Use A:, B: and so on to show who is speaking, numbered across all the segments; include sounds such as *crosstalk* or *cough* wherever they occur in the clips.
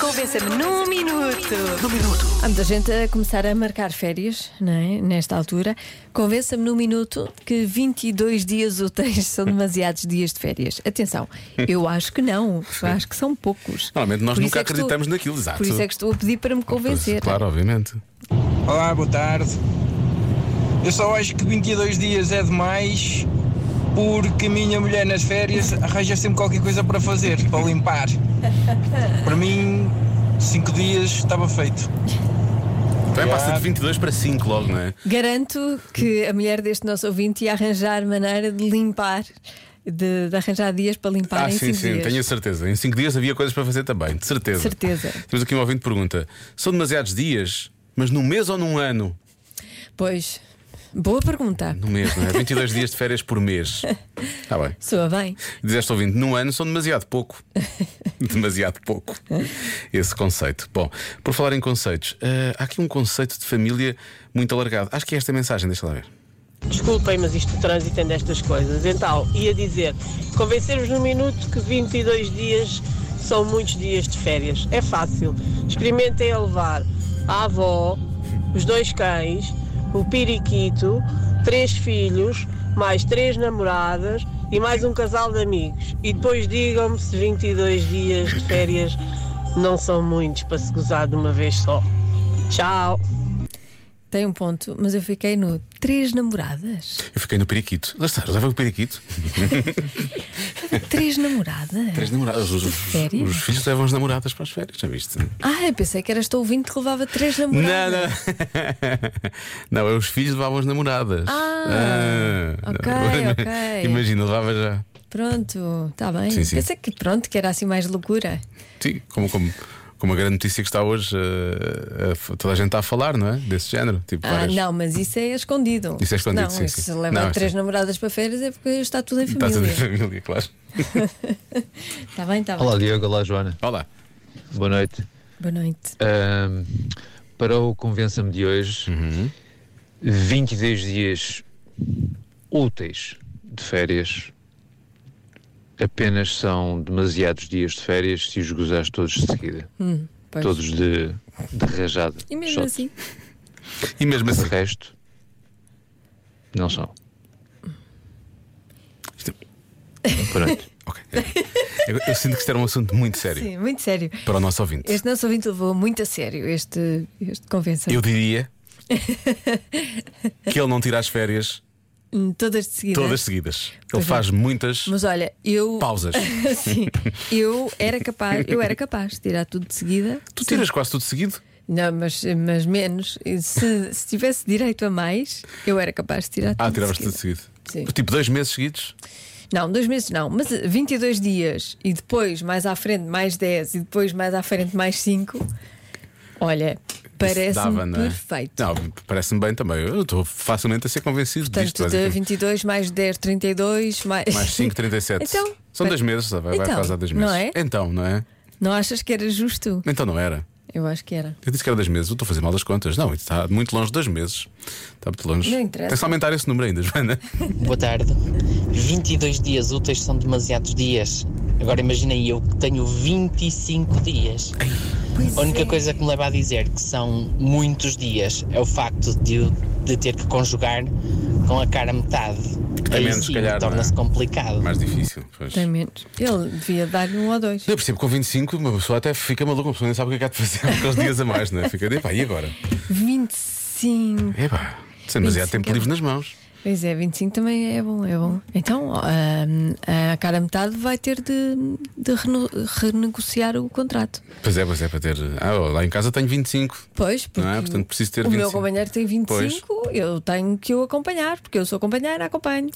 A: Convença-me num minuto.
B: Há muita gente a começar a marcar férias, não é? Nesta altura. Convença-me num minuto que 22 dias úteis são demasiados dias de férias. Atenção, eu acho que não. Eu acho que são poucos.
C: Normalmente nós
B: Por isso
C: nunca
B: é que estou-
C: acreditamos naquilo, exato.
B: Por isso é que estou a pedir para me convencer. é.
C: Claro, obviamente.
D: Olá, boa tarde. Eu só acho que 22 dias é demais porque a minha mulher nas férias arranja sempre qualquer coisa para fazer, para limpar. Para mim, 5 dias estava feito.
C: Também passa Então é de
D: Obrigado.
C: 22 para 5 logo, não é?
B: Garanto que a mulher deste nosso ouvinte ia arranjar maneira de limpar, de, de arranjar dias para limpar
C: ah,
B: em
C: sim,
B: cinco
C: sim,
B: dias.
C: tenho a certeza. Em 5 dias havia coisas para fazer também, de certeza.
B: Certeza.
C: Temos aqui um ouvinte que pergunta: são demasiados dias, mas num mês ou num ano?
B: Pois, boa pergunta.
C: Num mês, não é? 22 dias de férias por
B: *laughs*
C: mês. Está bem.
B: Soa bem.
C: Dizeste ouvindo, num ano são demasiado
B: *laughs*
C: pouco. demasiado pouco. Esse conceito. Bom, por falar em conceitos, eh, há aqui um conceito de família muito alargado. Acho que é esta a mensagem, deixa lá ver.
E: Desculpem, mas isto o trânsito tem destas coisas. Então, ia dizer, convencer-vos num minuto que 22 dias são muitos dias de férias. É fácil. Experimentem a levar a avó, os dois cães, o periquito, três filhos, mais três namoradas e mais um casal de amigos. E depois digam-me se 22 dias de férias não são muitos para se gozar de uma vez só. Tchau!
B: Tem um ponto, mas eu fiquei no três namoradas.
C: Eu fiquei no periquito. Lá está, já vai o periquito.
B: Três namoradas?
C: Três namoradas. Os, os-
B: Sério?
C: os filhos levam as namoradas para as férias, já viste?
B: Ah, eu pensei que era este ouvinte que levava três
C: Não,
B: namoradas.
C: não. não, *laughs* é os filhos levavam as namoradas.
B: Ah,
C: Ah,
B: ok,
C: *laughs* não.
B: ok.
C: Imagina, levava já.
B: Pronto, está bem.
C: Sim, sim.
B: Pensei que pronto, que era assim mais loucura.
C: Sim, como, como, como a grande notícia que está hoje, eh, a- toda a gente está a falar, não é? Desse género. Tipo,
B: Ah,
C: *laughs* várias-
B: não, mas isso é escondido.
C: Isso é escondido,
B: não,
C: sim,
B: isso
C: sim.
B: levar
C: Não,
B: três
C: sim.
B: namoradas para férias é porque está tudo em
C: Está tudo em
B: família.
C: família, claro.
B: Está bem, está bem.
F: Olá Diogo, olá Joana,
C: Olá.
F: boa noite.
B: Boa noite.
F: Ahm, para o Convença-me de hoje, 22 dias úteis de férias apenas são demasiados dias de férias se os gozares todos de seguida,
B: Pois.
F: todos de, de rajada.
B: E mesmo
F: Só
B: assim,
C: E mesmo
F: de
C: assim,
F: resto, não são.
C: Isto- é-
F: Boa noite.
C: ok. eu, eu sinto que isto era um assunto muito sério
B: sim, muito sério.
C: para o nosso ouvinte.
B: Este nosso ouvinte levou muito a sério este, este convenção. *laughs*
C: Eu diria que ele não tira as férias
B: Hum, Todas de seguida.
C: todas seguidas. Ele
B: Pois é.
C: faz muitas
B: Mas olha, eu. *laughs*
C: pausas.
B: Sim, eu era capaz, eu era capaz de tirar tudo de seguida.
C: Tu tiras quase tudo seguido?
B: Não, mas, mas menos. E Se, se tivesse direito a mais, eu era capaz de tirar tudo.
C: Ah,
B: de
C: tiravas tudo
B: seguida.
C: seguido.
B: Sim.
C: Tipo, dois meses seguidos?
B: Não, dois meses não, mas eh, 22 dias e depois mais à frente mais 10 e depois mais à frente mais 5. Olha,
C: Isso dava,
B: parece-me
C: não é?
B: perfeito.
C: Não, parece-me bem também. Eu estou facilmente a ser convencido
B: Portanto,
C: disto.
B: de
C: basicamente.
B: 22 mais 10, 32, mais.
C: Mais 5, 37.
B: Então,
C: São
B: pa-
C: dois meses, vai, vai
B: Então,
C: quase há dois
B: não
C: meses.
B: é?
C: Então, não é?
B: *laughs* Não achas que era justo?
C: Então não era.
B: Eu acho que era.
C: Eu disse que era dois meses, eu estou a fazer mal das contas. Não, isso está muito longe de dois meses. Está muito longe.
B: Não interessa.
C: Tem que aumentar esse número ainda,
B: *laughs*
C: é? Joana.
G: Boa tarde. 22 dias úteis são demasiados dias. Agora imaginem eu que tenho 25 dias. A única coisa que me leva a dizer que são muitos dias é o facto de, eu- de ter que conjugar com a cara metade.
C: tem
G: Aí
C: menos, se
G: sim,
C: calhar, não é?
G: torna-se complicado.
C: Mais difícil. Pois.
B: Tem menos. Ele devia dar-lhe um ou dois.
C: Eu percebo que com 25 uma pessoa até fica maluca, uma pessoa nem sabe o que é que há de fazer aqueles dias a mais, não é? Fica, epá, e agora?
B: 25.
C: Epá, sem demasiado
B: 25
C: tempo
B: é
C: livre nas mãos.
B: Pois é, 25 também é bom, é bom. Então, ahm, a cara metade vai ter de, de reno- renegociar o contrato.
C: Pois é, pois é, para ter. Ah, lá em casa tenho 25.
B: Pois, porque
C: Não é? Portanto, preciso ter
B: o
C: 25.
B: meu companheiro tem 25, eu tenho que o acompanhar, porque eu sou companheira, acompanho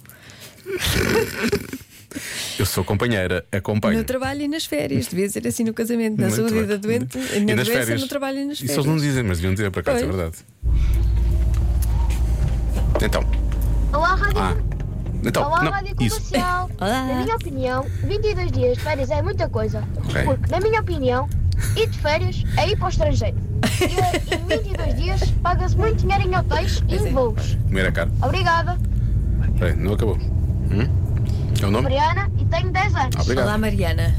C: Eu sou companheira, acompanho.
B: no trabalho e nas férias. Devia ser assim no casamento, na
C: Muito
B: saúde e
C: bem.
B: da doente,
C: E
B: na
C: nas
B: doença,
C: férias.
B: no trabalho e nas
C: Isso
B: férias.
C: eles não dizem, mas deviam dizer para cá, é
B: Pois.
C: verdade. Então,
H: Olá, Rádio,
C: ah. Então,
H: Olá,
C: não,
H: Rádio
C: isso.
H: Comercial.
B: Olá.
H: Na minha opinião, 22 dias de férias é muita coisa.
C: Ok.
H: Porque, na minha opinião, ir de férias é ir para o estrangeiro. E em 22 dias paga-se muito dinheiro em hotéis e em voos.
C: Comer a cara.
H: Obrigada,
C: Espera aí, não acabou. Hum? É o nome?
H: Mariana, e tenho 10 anos.
C: Obrigado.
B: Olá, Mariana.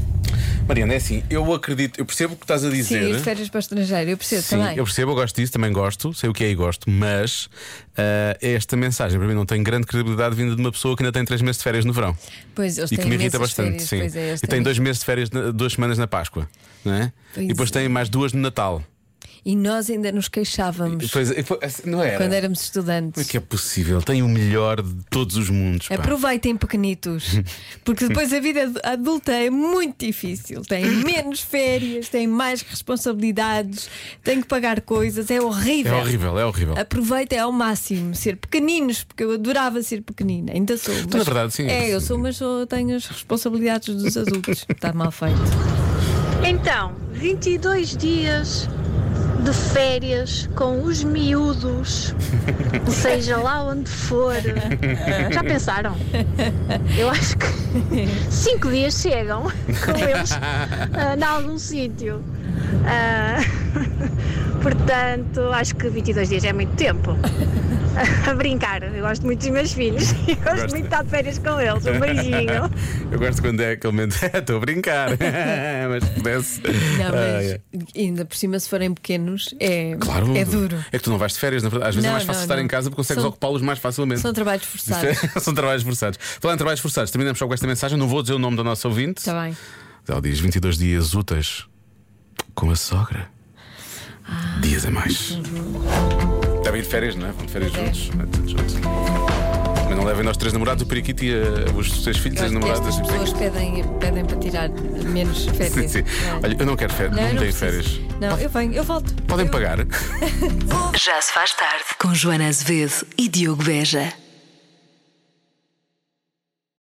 C: Mariana, é assim, eu acredito, eu percebo o que estás a
B: Sim,
C: dizer.
B: ir de férias para o estrangeiro, eu percebo
C: né? Sim,
B: também.
C: eu percebo, eu gosto disso, também gosto, sei o que é e gosto, mas ah, esta mensagem para mim não tem grande credibilidade vinda de uma pessoa que ainda tem três meses de férias no verão
B: Pois eles
C: e
B: têm
C: que me irrita
B: imensas
C: bastante.
B: férias,
C: sim.
B: pois é, eles
C: e
B: têm-
C: tem dois meses de férias, na- duas semanas na Páscoa, não é?
B: Pois
C: e depois
B: é.
C: tem mais duas no Natal.
B: E nós ainda nos queixávamos
C: Pois é, foi- não era?
B: quando éramos
C: Como é
B: estudantes.
C: que é possível? Tem o melhor de todos os mundos. pá.
B: É Aproveitem
C: *laughs*
B: pequenitos, porque depois a vida ad- adulta é muito difícil. Tem menos férias, tem mais responsabilidades, tem que pagar coisas, é
C: É
B: horrível.
C: horrível, é horrível.
B: Aproveitem ao máximo ser pequeninos, porque eu adorava ser pequenina, ainda sou. mas-
C: Então, na verdade, sim.
B: É, eu sou, mas só tenho as responsabilidades dos adultos. Está mal feito.
A: Então, 22 dias de férias com os miúdos, seja lá onde for. Já pensaram? Eu acho que 5 dias chegam com eles ah, em algum sítio. Ah, portanto, acho que 22 dias é muito tempo. A brincar, eu gosto muito dos meus filhos *laughs* e gosto
C: Gosta.
A: muito de estar de férias com eles. Um beijinho.
C: *laughs* Eu gosto quando é aquele momento. *laughs* Estou
B: *laughs*
C: a brincar. mas se pudesse.
B: Não,
C: Ah,
B: mas
C: é.
B: ainda por cima, se forem pequenos, é,
C: Claro.
B: é duro.
C: É que tu não vais de férias, na verdade. Às vezes
B: Não,
C: é mais fácil
B: não,
C: estar
B: não.
C: em casa porque consegues
B: São-
C: ocupá-los mais facilmente.
B: São trabalhos forçados.
C: *laughs* São trabalhos forçados. Falando em trabalhos forçados, terminamos só com esta mensagem. Não vou dizer o nome da nossa ouvinte.
B: Está bem.
C: Ela diz 22 dias úteis com a sogra.
B: Ah,
C: Dias a mais. Devem ir de férias, não é? Vão de férias juntos. É, todos juntos. Mas não levem nós três namorados, o periquito e eh, os seus filhos,
B: Eu
C: as
B: acho que
C: namoradas.
B: estas pessoas pedem, pedem para tirar menos férias.
C: *laughs* Sim, sim.
B: Não é?
C: Olha, eu não quero férias,
B: Não, eu
C: não,
B: não
C: tenho
B: preciso.
C: férias.
B: Não, eu venho, eu volto.
C: Podem
B: Eu-
C: pagar.
I: Já se faz tarde com Joana Azevedo e Diogo Beja.